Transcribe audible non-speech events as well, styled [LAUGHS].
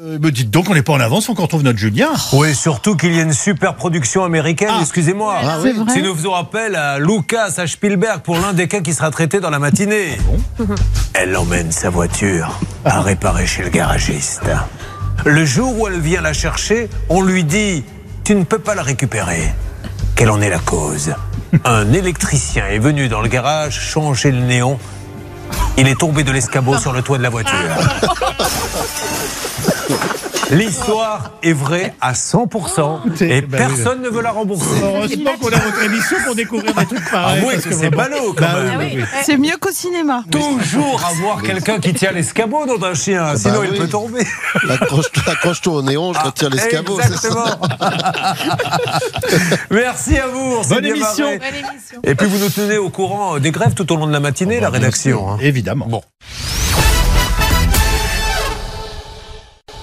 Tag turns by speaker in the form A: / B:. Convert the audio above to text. A: me Euh, dites donc, on n'est pas en avance, faut qu'on trouve notre Julien.
B: Oui, surtout qu'il y a une super production américaine,
A: Oh. Ah.
B: excusez-moi.
A: Ah oui.
B: Si nous faisons appel à Lucas à Spielberg pour l'un des cas qui sera traité dans la matinée.
A: Ah
B: [LAUGHS] Elle emmène sa voiture à réparer chez le garagiste. Le jour où elle vient la chercher, on lui dit Tu ne peux pas la récupérer. Quelle en est la cause Un électricien est venu dans le garage changer le néon. Il est tombé de l'escabeau sur le toit de la voiture. L'histoire est vraie à 100% et
A: bah oui.
B: personne ne veut la rembourser.
A: Heureusement qu'on a votre émission pour découvrir des trucs pareils.
B: Avouez
A: parce
B: que c'est
A: vraiment-
B: ballot, quand
A: Bah
B: même.
A: oui, oui, oui.
C: Ah C'est mieux qu'au cinéma.
B: Toujours avoir quelqu'un qui tient l'escabeau dans un chien, sinon il
D: Bah oui.
B: peut tomber.
D: Accroche- Accroche-toi au néon, je te tire l'escabeau. c'est ça
B: Ah,
D: [LAUGHS]
B: Exactement. Merci à vous. on s'est
A: Bonne
B: bien
A: émission.
D: Ah,
B: marré. Et puis vous nous tenez au courant des grèves tout au long de la matinée, la rédaction. hein.
A: Évidemment.
B: Bon.